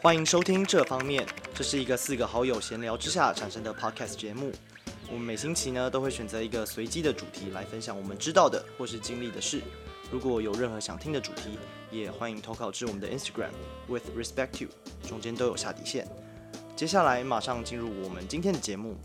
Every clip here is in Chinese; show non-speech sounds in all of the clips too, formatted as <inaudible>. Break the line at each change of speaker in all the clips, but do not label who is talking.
欢迎收听这方面，这是一个四个好友闲聊之下产生的 podcast 节目。我们每星期呢都会选择一个随机的主题来分享我们知道的或是经历的事。如果有任何想听的主题，也欢迎投稿至我们的 Instagram with respect to，中间都有下底线。接下来马上进入我们今天的节目。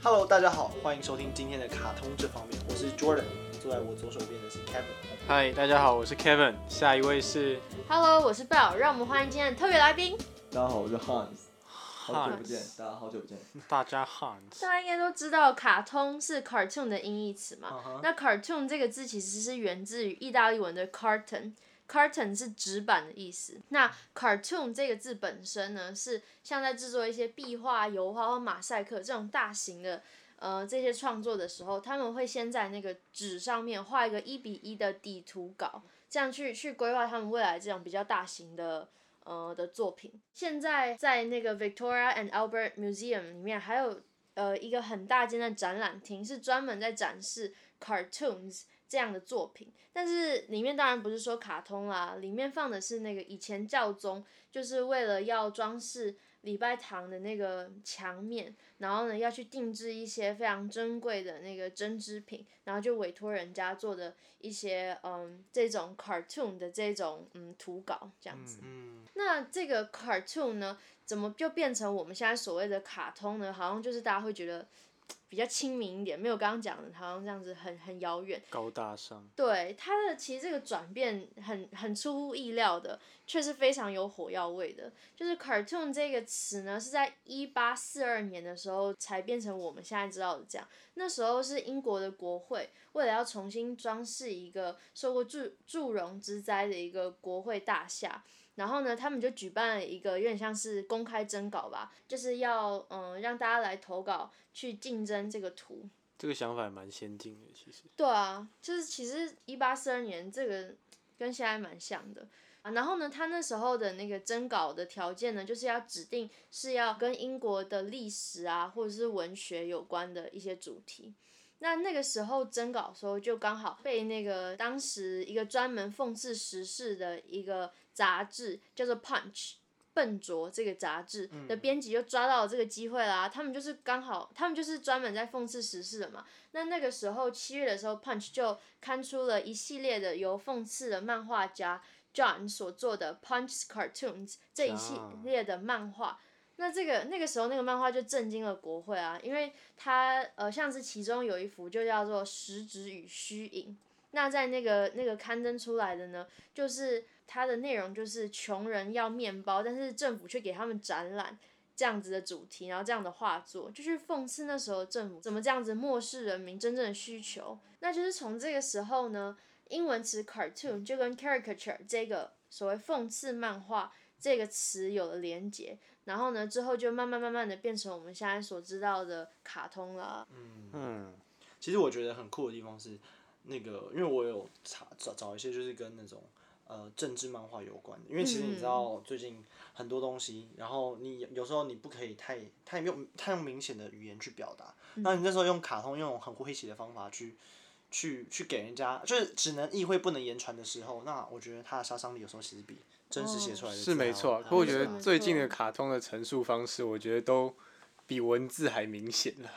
Hello，大家好，欢迎收听今天的卡通这方面，我是 Jordan，坐在我左手边的是 Kevin。
嗨，大家好，我是 Kevin，下一位是
Hello，我是 Bell，让我们欢迎今天的特别来宾。
大家好，我是 Hans，好久不
Hans，
见，大家好久不见。
大家 Hans
大。家应该都知道，卡通是 cartoon 的音译词嘛。
啊哈
那 cartoon 这个字其实是源自于意大利文的 carton。carton 是纸板的意思。那 cartoon 这个字本身呢，是像在制作一些壁画、油画或马赛克这种大型的呃这些创作的时候，他们会先在那个纸上面画一个一比一的底图稿，这样去去规划他们未来这种比较大型的呃的作品。现在在那个 Victoria and Albert Museum 里面，还有呃一个很大间的展览厅，是专门在展示 cartoons 这样的作品。但是里面当然不是说卡通啦，里面放的是那个以前教宗就是为了要装饰礼拜堂的那个墙面，然后呢要去定制一些非常珍贵的那个针织品，然后就委托人家做的一些嗯这种 cartoon 的这种嗯图稿这样子。
嗯，
那这个 cartoon 呢，怎么就变成我们现在所谓的卡通呢？好像就是大家会觉得嘖比较亲民一点，没有刚刚讲的，好像这样子很很遥远。
高大上。
对它的其实这个转变很很出乎意料的，却是非常有火药味的。就是 cartoon 这个词呢，是在一八四二年的时候才变成我们现在知道的这样。那时候是英国的国会为了要重新装饰一个受过祝祝融之灾的一个国会大厦，然后呢，他们就举办了一个有点像是公开征稿吧，就是要嗯让大家来投稿去竞争这个图。
这个想法也蛮先进的，其实。
对啊，就是其实一八四二年这个跟现在蛮像的啊。然后呢，他那时候的那个征稿的条件呢，就是要指定是要跟英国的历史啊，或者是文学有关的一些主题。那那个时候征稿的时候，就刚好被那个当时一个专门讽刺时事的一个杂志叫做《Punch》。笨拙这个杂志的编辑就抓到了这个机会啦，他们就是刚好，他们就是专门在讽刺时事的嘛，那那个时候七月的时候，Punch 就刊出了一系列的由讽刺的漫画家 John 所做的 Punch Cartoons 这一系列的漫画。那这个那个时候那个漫画就震惊了国会啊，因为它呃像是其中有一幅就叫做《实质与虚影》，那在那个那个刊登出来的呢，就是它的内容就是穷人要面包，但是政府却给他们展览这样子的主题，然后这样的画作，就是讽刺那时候政府怎么这样子漠视人民真正的需求。那就是从这个时候呢，英文词 cartoon 就跟 caricature 这个所谓讽刺漫画这个词有了连结，然后呢之后就慢慢慢慢的变成我们现在所知道的卡
<laughs>
通了。
嗯，
其实我觉得很酷的地方是，那个因为我有查找找一些就是跟那种呃政治漫画有关的，因为其实
嗯
你知道最近很多东西，然后你有时候你不可以太太用太用明显的语言去表达，
嗯
那你那时候用卡通用很诙谐的方法去。去去给人家就是只能意会不能言传的时候，那我觉得它的杀伤力有时候其实比真实
哦
写出来的字
是没
还要
错啊。
还
可我
要
觉
大
嗯
得最近的卡通的陈述方式，我觉得都比文字还明显了。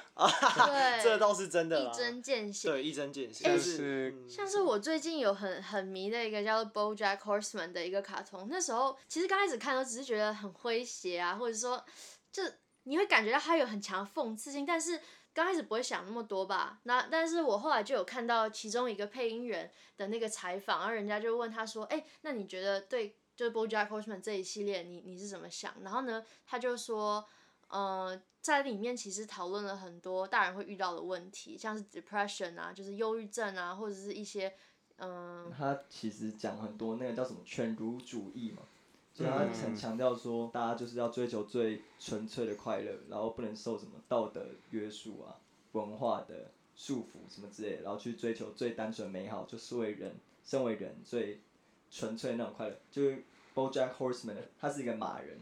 对，
这倒是真的啦
一，针见血。
对一针见血，
就
但
是
嗯
像是我最近有很很迷的一个叫做《BoJack Horseman》的一个卡通，那时候其实刚开始看都只是觉得很诙谐啊，或者说就你会感觉到它有很强的讽刺性，但是刚开始不会想那么多吧。那但是我后来就有看到其中一个配音员的那个采访，然后人家就问他说：“哎、那你觉得对就是 BoJack Horseman 这一系列你你是怎么想？”然后呢，他就说。呃，在里面其实讨论了很多大人会遇到的问题，像是 depression 啊，就是忧郁症啊，或者是一些嗯，
他其实讲很多那个叫什么犬儒主义嘛，就他很强调说，大家就是要追求最纯粹的快乐，然后不能受什么道德约束啊、文化的束缚什么之类的，然后去追求最单纯美好，就是为人身为人最纯粹的那种快乐。就是 BoJack Horseman，他是一个马人。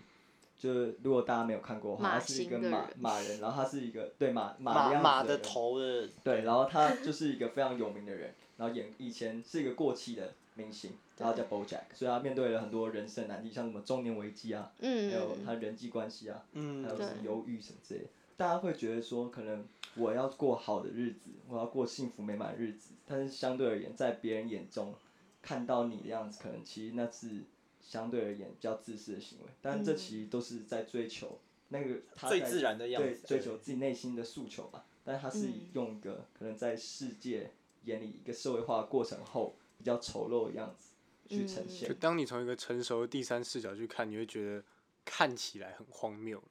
就是如果大家没有看过的话，
马
他是一
型
个
的
马
人
马人，然后他是一个对马马
马
的样
马
子
的
人
头的
对，然后他就是一个非常有名的人，然后演以前是一个过气的明星，然后叫 BoJack，所以他面对了很多人生难题，像什么中年危机啊，还有
嗯，
他人际关系啊，
嗯
还有
对
什么忧郁什么之类的。大家会觉得说，可能我要过好的日子，我要过幸福美满的日子，但是相对而言，在别人眼中看到你的样子，可能其实那是相对而言比较自私的行为，但这
嗯
其实都是在追求那个他
最
在
自然的样
对
子
追求自己内心的诉求吧。但他是
嗯
用一个可能在世界眼里一个社会化的过程后比较丑陋的样子去呈
嗯
现
就。当你从一个成熟的第三视角去看，你会觉得看起来很荒谬了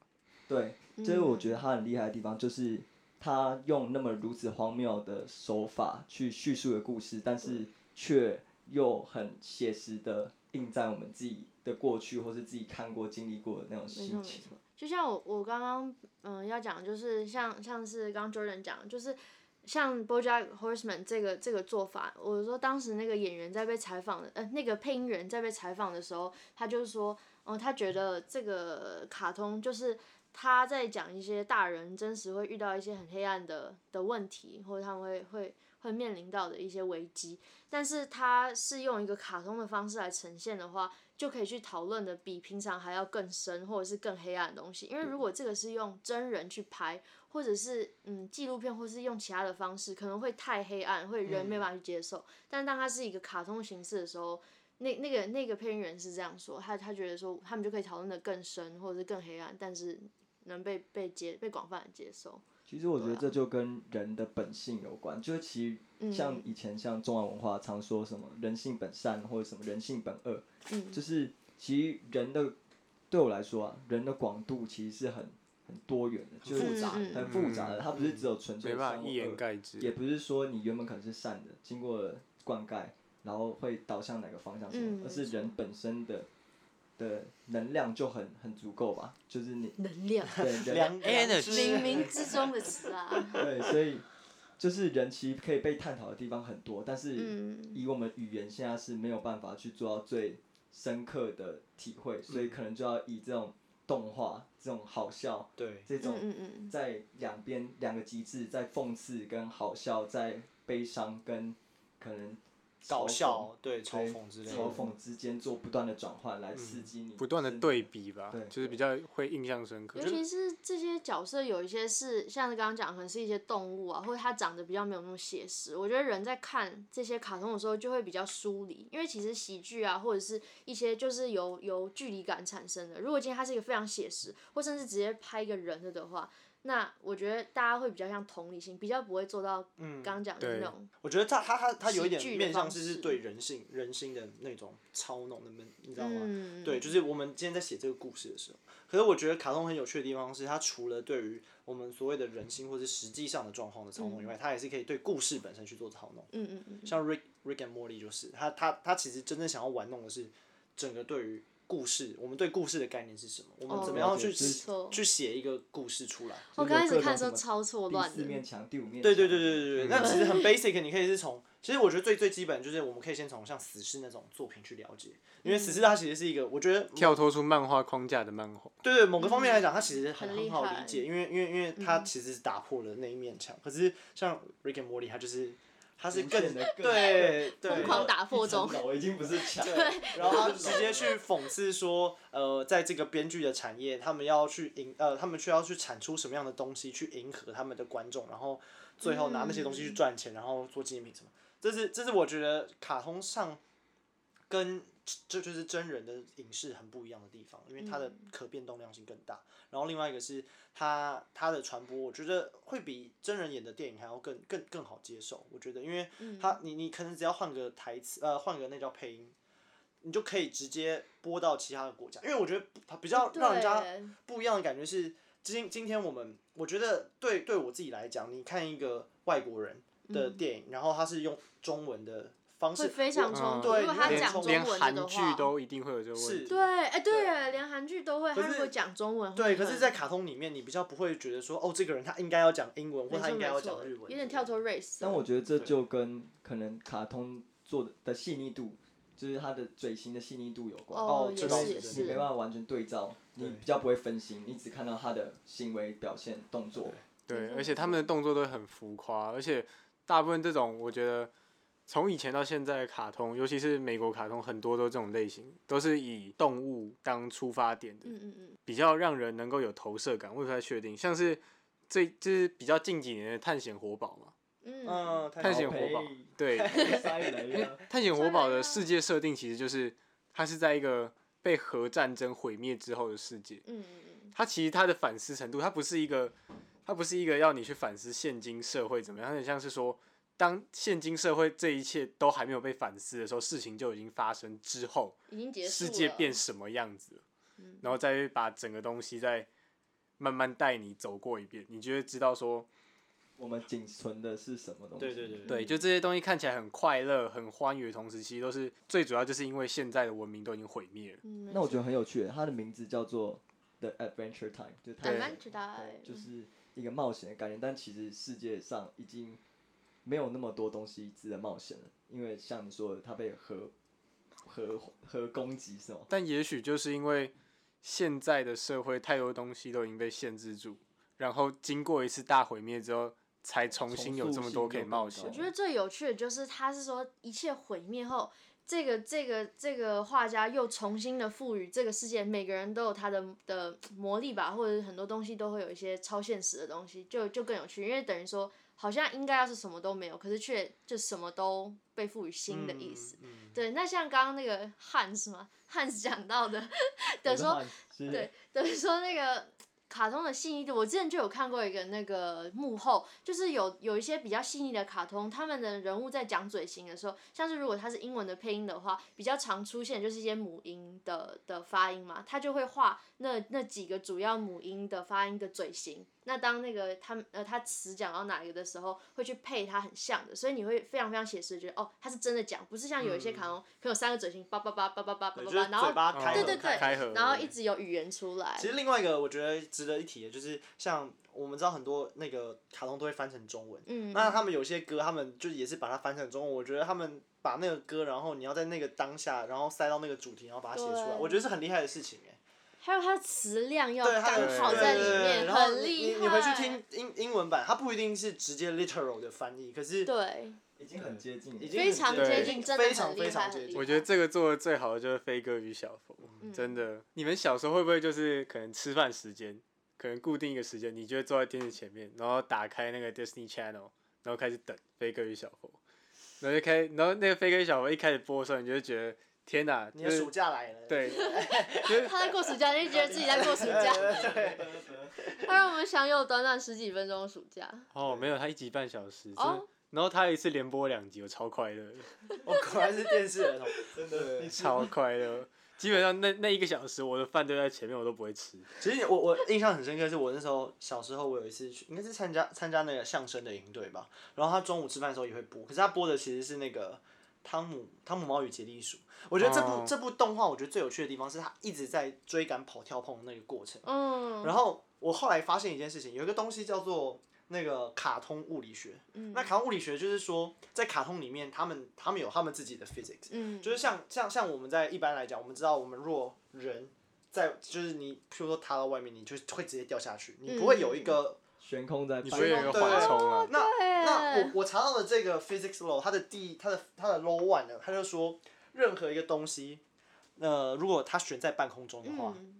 对，
嗯
这是我觉得他很厉害的地方，就是他用那么如此荒谬的手法去叙述的故事，但是却又很写实的印在我们自己的过去，或是自己看过、经历过的那种
没错
心
没
情
错。就像我我刚刚嗯要讲，就是像像是刚刚 Jordan 讲，就是像 BoJack Horseman 这个这个做法，我说当时那个演员在被采访的，呃，那个配音员在被采访的时候，他就是说，嗯、他觉得这个卡通就是他在讲一些大人真实会遇到一些很黑暗的的问题，或者他们会会会面临到的一些危机，但是他是用一个卡通的方式来呈现的话，就可以去讨论的比平常还要更深或者是更黑暗的东西。因为如果这个是用真人去拍，或者是嗯纪录片，或是用其他的方式，可能会太黑暗，会人
嗯
没办法去接受。但当它是一个卡通形式的时候，那那个那个配音员是这样说，他他觉得说他们就可以讨论的更深或者是更黑暗，但是能被被接被广泛的接受。
其实我觉得
啊
这就跟人的本性有关，就是其实
嗯
像以前像中华文化常说什么人性本善或者什么人性本恶，
嗯
就是其实人的对我来说啊，人的广度其实是很很多元的，就是
复杂的
很复杂的，它不是只有纯粹
没办
善
法
或
一言
恶
盖之。
也不是说你原本可能是善的，经过了灌溉，然后会导向哪个方向什么，
嗯
而是人本身的的能量就很很足够吧，就是你
能量， <laughs>
对人
良
Energy
冥冥之中的词啊。
对，所以就是人其实可以被探讨的地方很多，但是
嗯
以我们语言现在是没有办法去做到最深刻的体会，所
嗯
以可能就要以这种动画、这种好笑、
对，
<laughs> 这
嗯
种
嗯嗯。
在两边两个极致，在讽刺跟好笑，在悲伤跟可能
搞
嘲讽
笑，对，
对
嘲讽之类
嘲
的。嗯
讽之间做不断的转换来刺激你，
嗯不断的
是
对比吧
对，
就是比较会印象深刻。
尤
就是
其是这些角色，有一些是像是刚刚讲，可能是一些动物啊，或者它长得比较没有那么写实。我觉得人在看这些卡通的时候，就会比较疏离，因为其实喜剧啊，或者是一些就是由由距离感产生的。如果今天它是一个非常写实，或甚至直接拍一个人的的话，那我觉得大家会比较像同理心，比较不会做到
嗯
刚刚讲的
对
那种。
我觉得他他他他有一点
喜剧的
面向
方
是是
式
对人性人性的那种操弄的，你知道吗？
嗯，
对，就是我们今天在写这个故事的时候，可是我觉得卡通很有趣的地方是，它除了对于我们所谓的人性或者实际上的状况的操弄以外，它也是可以对故事本身去做操弄。
嗯嗯嗯，
像 Rick Rick and Morty 就是，他他他其实真正想要玩弄的是整个对于故事，我们对故事的概念是什么，我们
哦
怎么样
了解
去
就是
写、
错
去写一个故事出来。
我刚开
有各
始看的时候
种什么
超错
第
乱
四
的。
面墙、第五面
对对
墙，
对对对对，
嗯
那其实很 basic，你可以是从，其实我觉得最最基本就是我们可以先从像死侍那种作品去了解，因为死侍它其实是一个，我觉得
跳脱出漫画框架的漫画，
对对，某个方面来讲，它其实很
很厉
很好
害
理解，因为因为因为它其实是打破了那一面墙。可是像 Rick and Morty，它就是它是
无
更
限的更
对对
疯狂打破中
一层楼已经不是
<laughs>
墙，
然后他直接去讽刺说，呃，在这个编剧的产业，他们要去迎呃，他们需要去产出什么样的东西去迎合他们的观众，然后最后拿那些东西去赚钱，然后做纪念品什么。这是这是我觉得卡通上跟这就是真人的影视很不一样的地方，因为它的可变动量性更大。然后另外一个是它它的传播，我觉得会比真人演的电影还要更更更好接受。我觉得，因为
嗯
它你你可能只要换个台词，呃，换个那叫配音，你就可以直接播到其他的国家。因为我觉得它比较让人家
对
不一样的感觉是，今今天我们我觉得对对我自己来讲，你看一个外国人的电影，然后他是用中文的方式，
嗯会非常
我
冲突
对，
如果
你
他
会
讲
冲
中
连
文的
韩
的
剧
话
都一定会有这个问
是
题。
对，哎，对
对
耶，连韩剧都会，
可
他如
是
果讲中文会
对，
很，
可是，在卡通里面，你比较不会觉得说，哦，这个人他应该要讲英文，
没
或他
错
应该要
没
讲
错，
日文，
有点跳脱 race。
但我觉得这就跟可能卡通做的的细腻度，就是它的嘴型的细腻度有关。
哦，
哦也
这倒
是
是
也
真
你没
是，
办法完全对照，你比较不会分心，你只看到他的行为表现、动作。
对，
没错
而且他们的动作都很浮夸，而且大部分这种我觉得从以前到现在的卡通，尤其是美国卡通，很多都这种类型，都是以动物当出发点的，
嗯嗯嗯，
比较让人能够有投射感。我也不太确定，像是最就是比较近几年的《探险活宝》嘛，
嗯，
嗯，
探险
宝
活宝
贝
对，
<laughs>
塞雷啊，
探险活
再来
宝
啊
的世界设定其实就是它是在一个被核战争毁灭之后的世界，
嗯嗯
它其实它的反思程度，它不是一个，它不是一个要你去反思现今社会怎么样，它很像是说，当现今社会这一切都还没有被反思的时候，事情就已经发生之后，
嗯，已经结束
世
了。
界变什么样子了
嗯
然后再把整个东西再慢慢带你走过一遍，你就会知道说，
我们仅存的是什么东西？
对对对
对，就这些东西看起来很快乐、很欢愉的同时，其实都是最主要就是因为现在的文明都已经毁灭了。
嗯，
那我觉得很有趣耶，它的名字叫做 The Adventure Time，就它
很
的
难知道哎
对，就是一个冒险的概念。但其实世界上已经没有那么多东西值得冒险了，因为像你说的，它被核核核攻击是吗？
但也许就是因为现在的社会太多东西都已经被限制住，然后经过一次大毁灭之后，才重新有这么多可以冒险
重
我。觉得最有趣的就是，他是说一切毁灭后，这个这个这个画家又重新的赋予这个世界，每个人都有他的的魔力吧，或者是很多东西都会有一些超现实的东西，就就更有趣，因为等于说好像应该要是什么都没有，可是却就什么都被赋予新的意思。
嗯
对，那像刚刚那个汉是吗？汉讲到的 <laughs> 的说，
是
对 <laughs> 等于说那个卡通的细腻度，我之前就有看过一个那个幕后，就是有有一些比较细腻的卡通，他们的人物在讲嘴型的时候，像是如果它是英文的配音的话，比较常出现就是一些母音的的发音嘛，他就会画那那几个主要母音的发音的嘴型。那当那个他们呃他词讲到哪一个的时候，会去配它很像的，所以你会非常非常写实，觉得哦他是真的讲，不是像有一些卡通可能有三个嘴型，叭叭叭叭叭叭叭
嗯对，
叭
就是
叭，然后
嘴巴
嗯
开
对
合
对
开
对
合
开合，
然后一直有语言出来
其。实另外一个我觉得值得一提的，就是像我们知道很多那个卡通都会翻成中文，
嗯，
那他们有些歌，他们就也是把它翻成中文。我觉得他们把那个歌，然后你要在那个当下，然后塞到那个主题，然后把它写出来，
对
我觉得是很厉害的事情哎。
还有它的词量要
对，它
刚
的
好
对
在里
对对对
面，
然后
很
你
厉害。
你回去听英英文版，它不一定是直接 literal 的翻译，可是
对，
已经很接近了，
已经
非常
很
对
接
已
近，
经
真的
非
很
常
厉害
非常
很
接
厉
近
害。
我觉得这个做的最好的就是飞哥与小佛，
嗯
真的。你们小时候会不会就是可能吃饭时间，可能固定一个时间，你就会坐在电视前面，然后打开那个 Disney Channel，然后开始等飞哥与小佛，然后就开，然后那个飞哥与小佛一开始播的时候，你就会觉得天哪，
你
就
的
是
暑假来了， <laughs>
对，
他在过暑假，就觉得自己在过暑假，他让我们享有短短十几分钟的暑假。
哦，没有，他一集半小时，真的
哦，
然后他一次连播两集，我超快
<laughs>
乐的，
我哦果然是电视儿童，真的。
超快乐。基本上那那一个小时，我的饭都在前面，我都不会吃。
其实我我印象很深刻，是我那时候小时候，我有一次去，应该是参加参加那个相声的营队吧。然后他中午吃饭的时候也会播，可是他播的其实是那个《汤姆汤姆猫与杰利鼠》。我觉得这部、
哦
这部动画，我觉得最有趣的地方是他一直在追赶跑跳碰的那个过程。
嗯，
然后我后来发现一件事情，有一个东西叫做那个卡通物理学。
嗯
那卡通物理学就是说，在卡通里面，他们他们有他们自己的 physics。
嗯，
就是像像像我们在一般来讲，我们知道我们若人在就是你，譬如说踏到外面，你就会直接掉下去，你不会有一个。
悬空在
你
半
不会有一个
对
缓冲啊？
那那我我查到的这个 physics law，它的第它的它的 law one 呢，它就说任何一个东西，呃，如果它悬在半空中的话，
嗯，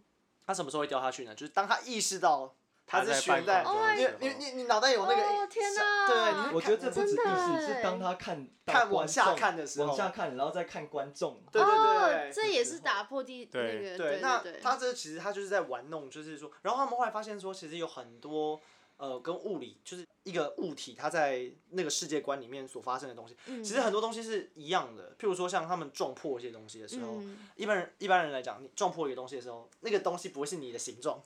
它什么时候会掉下去呢？就是当它意识到它是
在
悬
半
在，啊
空啊
Oh
中的时
my
候
你你你你脑袋有那个
哦天哪
对，你是
我觉得
看
这不止
真的
意识，
欸
是当他看到
看往
观
下
众
看的时候
往下看，然后再看观众。啊
对对对
哦，这也是打破第那
对
个
对，
对
那
对，
他这其实他就是在玩弄，就是说，然后他们后来发现说，其实有很多呃跟物理就是一个物体，它在那个世界观里面所发生的东西，
嗯
其实很多东西是一样的。譬如说，像他们撞破一些东西的时候，
嗯
一般人一般人来讲，你撞破一个东西的时候，那个东西不会是你的形状，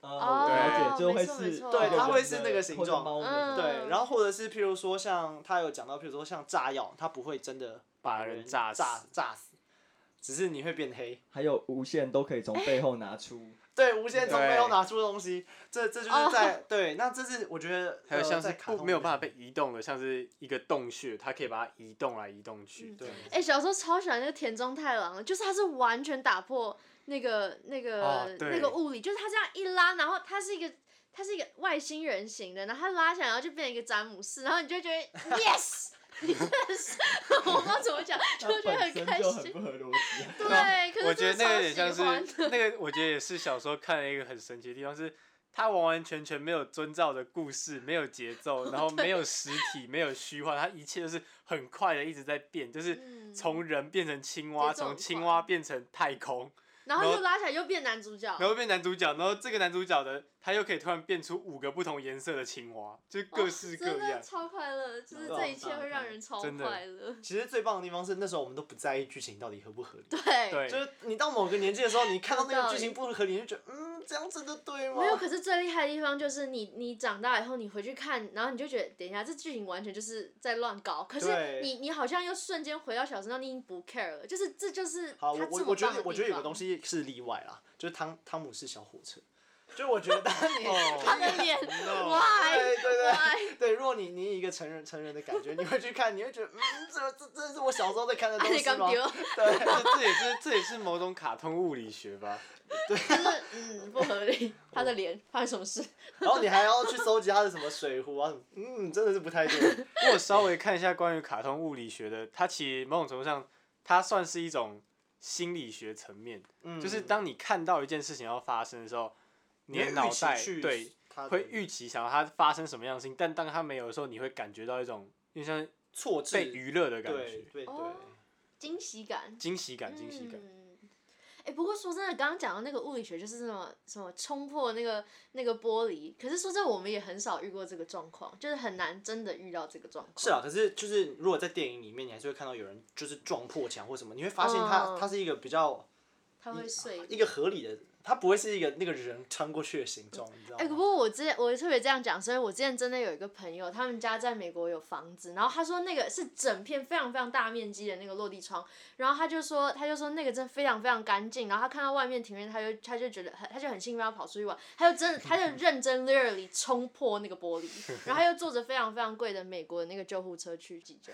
啊，
哦
我了解，就
没
会
错没
是
错
一个
对它会
人
是
的
那个形
或者
状
猫的
嗯
那种
对。然后或者是譬如说，像他有讲到，譬如说像炸药，它不会真的
把人炸死
炸炸死，只是你会变黑。
还有无线都可以从背后拿出。
对，无限从背后
对
拿出的东西，这这就是
哦
在、对，那这是我觉得
还有
呃
像
在
是
卡
不
通
没有
里面
办法被移动的，像是一个洞穴，它可以把它移动来移动去。
嗯
对，
哎、小时候超喜欢那个田中太郎的，就是他是完全打破那个那个、
哦对
那个物理，就是他这样一拉，然后他是一个
<laughs>
他是一个外星人型的，然后他拉起来，然后就变成一个詹姆斯，然后你就觉得 yes， <laughs> 我不知道怎么讲，
它
就觉得
本
很
身
开
就很
心。
不合逻辑啊。
对，可
我
是
觉得
真的
那个有点
超
像
喜欢
是那个，我觉得也是小时候看了一个很神奇的地方，是它完完全全没有遵照的故事，没有节
哦
奏，然后没有实体，没有虚幻，它一切都是很快的一直在变，就是
嗯
从人变成青蛙，
节奏
从
很
青
快
蛙变成太空，
然
然
后
后
又拉起来又变男主角，
然后变男主角，然后这个男主角的他又可以突然变出五个不同颜色的青蛙，就是各
哦
式各
真的
样。哦
超快乐，就是
对啊
这一切会让人超
真的
快乐。
其实最棒的地方是那时候我们都不在意剧情到底合不合理，
对，
对
就是你到某个年纪的时候，你看到那
有
个
道理
剧情不合理，你就觉得嗯，这样真的对吗？
没有。可是最厉害的地方就是你，你长大以后你回去看，然后你就觉得，等一下这剧情完全就是在乱搞。可
对
是你你好像又瞬间回到小时候，你已经不 care 了，就是这就是
好，
他
我我
这么
我觉
棒
得
的
我觉得
地
有个
方
东西是例外啦，就是汤汤姆是小火车，就我觉
<laughs>
得当你
他
哦
的脸
No
嗯
，why
对对对
why？
对，如果你你以一个成人成人的感觉，你会去看，你会觉得，嗯，这这这是我小时候在看的
啊
东
你
西
刚
吗？
丢，
<laughs> 对，
<laughs> 这这也是这也是某种卡通物理学吧？
就是嗯不合理，他的脸发生什么事？
然后你还要去搜集他的什么水壶啊什么，嗯，真的是不太对。
因为我稍微看一下关于卡通物理学的，它其实某种程度上，它算是一种心理学层面，
嗯，
就是当你看到一件事情要发生的时候，你的
会
脑
预期
袋
去
对
他的
会预期想要它发生什么样的事情，但当它没有的时候，你会感觉到一种就像
错置
被娱乐的感
对
觉，
对对，
哦惊喜感，
惊喜感，惊喜感。
嗯哎、不过说真的，刚刚讲的那个物理学就是什么什么冲破那个那个玻璃，可是说真的，我们也很少遇过这个状况，就是很难真的遇到这个状况。
是啊，可是就是如果在电影里面，你还是会看到有人就是撞破墙或什么，你会发现它
嗯
它是一个比较
它会碎。
一个合理的，它不会是一个那个人穿过去的形状，你知道
哎、不
吗？
过我之前我特别这样讲，所以我之前真的有一个朋友，他们家在美国有房子，然后他说那个是整片非常非常大面积的那个落地窗，然后他就说他就说那个真的非常非常干净，然后他看到外面庭院，他就他就觉得很他就很兴奋，要跑出去玩，他就真的他就认真 literally 冲破那个玻
<laughs>
璃，然后他又坐着非常非常贵的美国的那个救护车去急
<laughs>
救，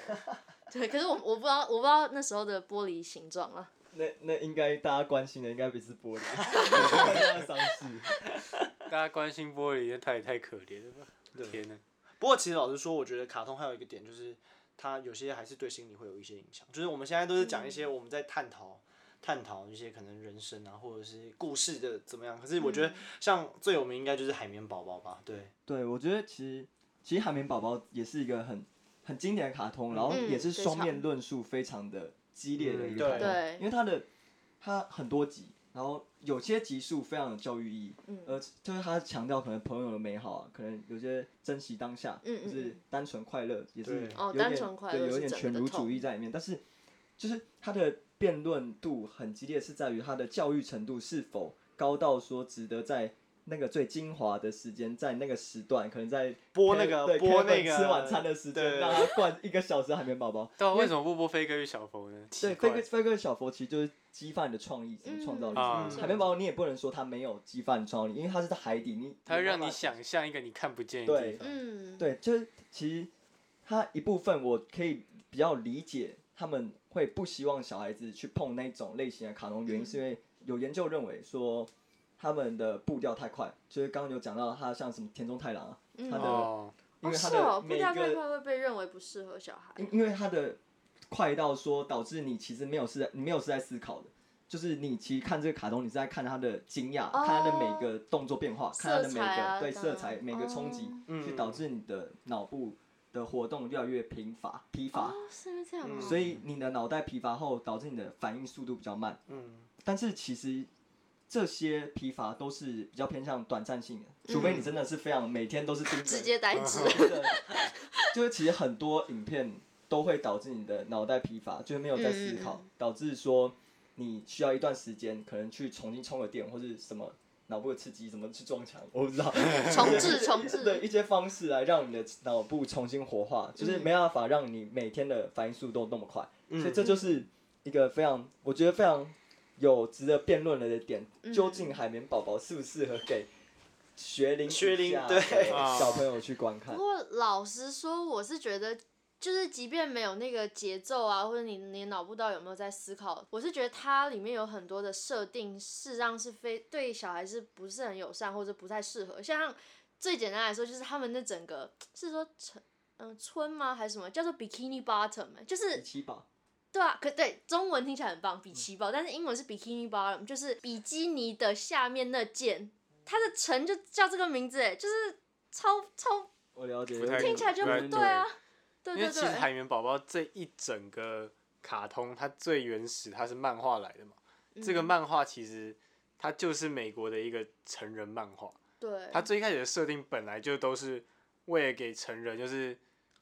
对，可是我我不知道我不知道那时候的玻璃形状啊，
那那应该大家关心的应该不是玻璃，
<laughs>
<laughs> 那是伤势。
大家关心玻璃，它也太可怜了吧！天呐，
不过其实老实说，我觉得卡通还有一个点就是，它有些还是对心理会有一些影响。就是我们现在都是讲一
嗯
些我们在探讨、探讨一些可能人生啊，或者是故事的怎么样。可是我
嗯
觉得像最有名应该就是海绵宝宝吧，对，
对，我觉得其实其实海绵宝宝也是一个很很经典的卡通，然后
嗯
也是
非
双面
常
论述非常的激烈的一
嗯
个卡通，
对
因为它的它很多集，然后有些集数非常有教育意义，
嗯
呃，就是它强调可能朋友的美好啊，可能有些珍惜当下，
嗯嗯
就是
嗯
单纯快乐，也是有
对
点、
哦单纯快乐
对，有
是
点
整
犬
个
儒
的
主义
痛
在里面，但是就是它的辩论度很激烈，是在于它的教育程度是否高到说值得在那个最精华的时间，在那个时段，可能在
播那个
对
播
Kevin
那个
吃晚餐的时
对对
间，让他灌一个小时海绵宝宝。
对啊，为什么不播飞哥与小佛呢？奇
对，飞
怪
哥飞哥小佛其实就是激发你的创意，你的创造力。
啊
海绵宝宝你也不能说他没有激发你创造力，因为他是在海底，你
它会
没办
让你
法
想象一个你看不见的地
对
方。
嗯，
对，就是其实他一部分我可以比较理解他们会不希望小孩子去碰那种类型的卡通，原因是因为有研究认为说他们的步调太快，就是刚刚有讲到他像什么田中太郎啊，他的、
哦，
因为
哦
他
是哦，
的
不
每
跳太
个
快会被认为不适合小孩。
因因为它的快到说导致你其实没有是在你没有是在思考的，就是你其实看这个卡通，你是在看它的惊讶，
哦
看它的每个动作变化，看它的每
色彩
个、
啊
对
等
色彩每个冲击，
嗯
去导致你的脑部的活动越来越贫乏疲乏，
哦，是因为这样、
嗯
哦
所以你的脑袋疲乏后导致你的反应速度比较慢，
嗯，
但是其实。这些疲乏都是比较偏向短暂性的，除非你真的是非常每天都是盯
嗯
着
直接呆滞。
对， <laughs> 就是其实很多影片都会导致你的脑袋疲乏，就是没有在思考，导致说你需要一段时间，可能去重新充个电或是什么脑部的刺激，怎么去撞墙，我不
<laughs>
知道。
<laughs> 重置重置
对一些方式来让你的脑部重新活化，就是
嗯
没办法让你每天的反应速度那么快，所以这就是一个非常，我觉得非常有值得辩论的点，究竟海绵宝宝适不适合给学龄以
学龄
下
对
的小朋友去观看
不？过老实说，我是觉得，就是即便没有那个节奏啊，或者你你脑部到底有没有在思考，我是觉得它里面有很多的设定，事实上是非对小孩是不是很友善，或者不太适合。像最简单来说，就是他们那整个是说成。嗯村吗还是什么叫做 Bikini Bottom，、欸、就是
第七吧，
对啊，可对中文听起来很棒，比奇堡，但是英文是 bikini bottom，就是比基尼的下面那件，它的城就叫这个名字，哎，就是超超
我了解
不，太
听起来就不对啊，对
因
对
为其实
对，
海绵宝宝这一整个卡通，它最原始它是漫画来的嘛，这个
嗯
漫画其实它就是美国的一个成人漫画，
对，
它最一开始的设定本来就都是为了给成人，就是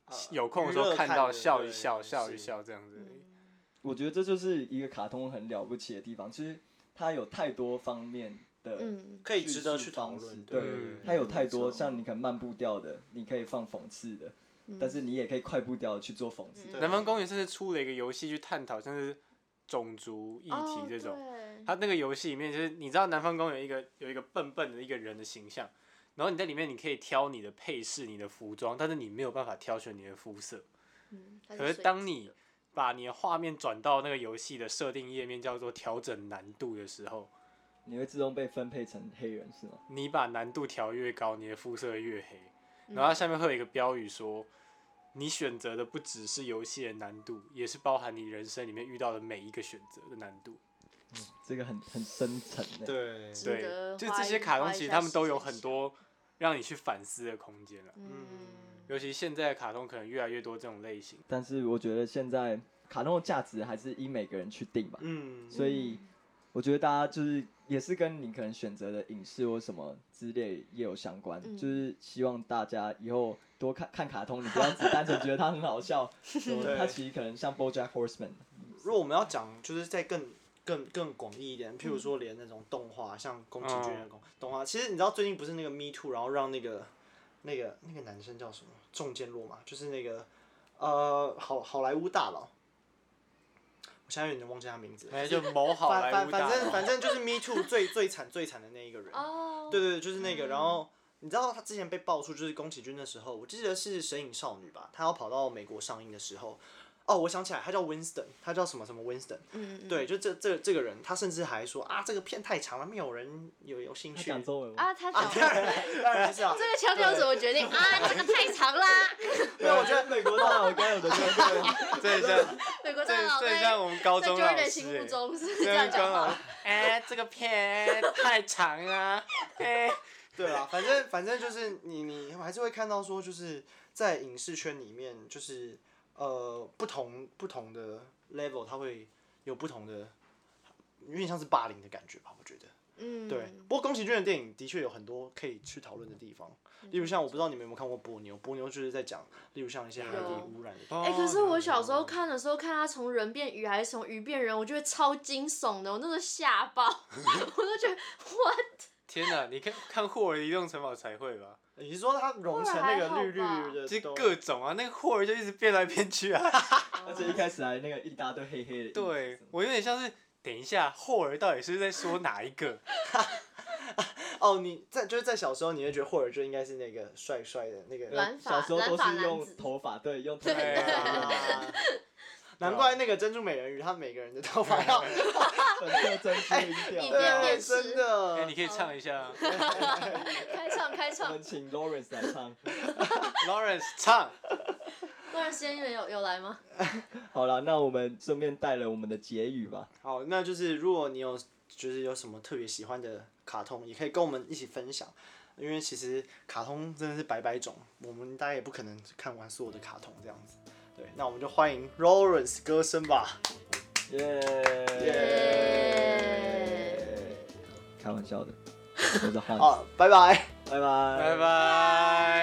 呃
有空的时
娱
候
乐
看
看
到
的
笑一
对
笑，笑一
是
笑这样子而已。
嗯
我觉得这就是一个卡通很了不起的地方，就是它有太多方面的，
嗯
可以值得去讨
叙述方
论。
式
对
对
嗯
它有太
没
多
错
像你可能慢步调的，你可以放讽刺的，
嗯
但是你也可以快步调的去做讽刺。
对
南方公园甚至出了一个游戏去探讨像是种族议题
哦
这种。
对
它那个游戏里面就是你知道南方公园有一个有一个笨笨的一个人的形象，然后你在里面你可以挑你的配饰、你的服装，但是你没有办法挑选你的肤色。
嗯它
可是
水
当
质
你
的
把你的画面转到那个游戏的设定页面叫做调整难度的时候，
你会自动被分配成黑人是吗？
你把难度调越高，你的肤色越黑。
嗯
然后它下面会有一个标语说，你选择的不只是游戏的难度，也是包含你人生里面遇到的每一个选择的难度。
这个很很深沉的。
对
值
对
得，
就
花
这些
一
卡
花
通
一
其实
下
他们
时
都
间
有很
想
多让你去反思的空间了。
嗯
尤其现在的卡通可能越来越多这种类型。
但是我觉得现在卡通的价值还是依每个人去定吧。
嗯
所以我觉得大家就是也是跟你可能选择的影视或什么之类也有相关，
嗯
就是希望大家以后多看看卡通，你不要只单纯觉得它很
<laughs>
好笑，
对
它其实可能像 BoJack Horseman，
如果我们要讲，就是再更更更广义一点，譬如说连那种动画，像宫崎骏的
哦
动动画，其实你知道最近不是那个 Me Too，然后让那个那个那个男生叫什么中箭落马，就是那个呃好好莱坞大佬，我现在有点忘记他名字了。
哎，就 <laughs> 某好
反
莱
反
坞
反
大
正
<laughs> 佬，
反正就是 Me Too 最最惨最惨的那一个人。
哦，
对对对，就是那个。
嗯
然后你知道他之前被爆出就是宫崎骏的时候，我记得是《神隐少女》吧，他要跑到美国上映的时候，哦，我想起来，他叫 Winston，他叫什么什么 Winston。
嗯，嗯嗯
对，就这这这个人，他甚至还说啊，这个片太长了，没有人有有兴
他
趣。
讲中文吗？ <laughs>
啊，他讲
当然不是啊，
这个腔调怎么决定啊？这个太长啦，
没有，我觉得
美国大佬该有的腔调，
<laughs>
这像
美国大
这
佬
这
在
像我们高
在
中
Jordan
老
的心目
师哎，
中是
这
这样
高
讲
中老
话
师。 <laughs> 哎，这个片太长了，哎，
对啊，反正反正就是你你还是会看到说，就是在影视圈里面，就是呃不同不同的 level，它会有不同的，有点像是霸凌的感觉吧，我觉得。
嗯，
对，不过宫崎骏的电影的确有很多可以去讨论的地方，
嗯
例如像我不知道你们有没有看过《波妞》，《波妞》就是在讲，例如像一些海底
有
污染的地方。
哦
<laughs> 哎、可是我小时候看的时候，看他从人变鱼还是从鱼变人，我觉得超惊悚的，我那时候吓爆，我都觉得我
<laughs> 天哪，你看看霍尔移动城堡才会吧？
你是说它融成那个绿绿的
就是
东，
各种啊，那个霍尔就一直变来变去
<laughs>
啊。
而且一开始还那个一大堆黑黑的，
对，我有点像是，等一下，霍尔到底是在说哪一
<laughs>
个？
哦，你在就是在小时候，你会觉得霍尔就应该是那个帅帅的那个，
染发
呃小时候都
染
是
发男
用
子
头发，对，用头发
对
啊
<laughs>
难怪那个珍珠美人鱼，他每个人的头
<laughs>
发要
啊粉色珍珠音
你
调。啊
变
对，
电视
真
哎、
呃
的
你。可以唱一
<laughs>
下啊
开唱开
我
唱
们，请 Lawrence 来唱。
，Lawrence 唱。
那段时间有有来吗？
好了，那我们顺便带了我们的结语吧。
好，那就是如果你有就是有什么特别喜欢的卡通，也可以跟我们一起分享。因为其实卡通真的是百百种，我们大家也不可能看完所有的卡通这样子。对，那我们就欢迎 Lawrence 歌声吧。
耶！
耶
开玩笑的，我是 Hans，
好，拜拜。
拜拜，
拜拜。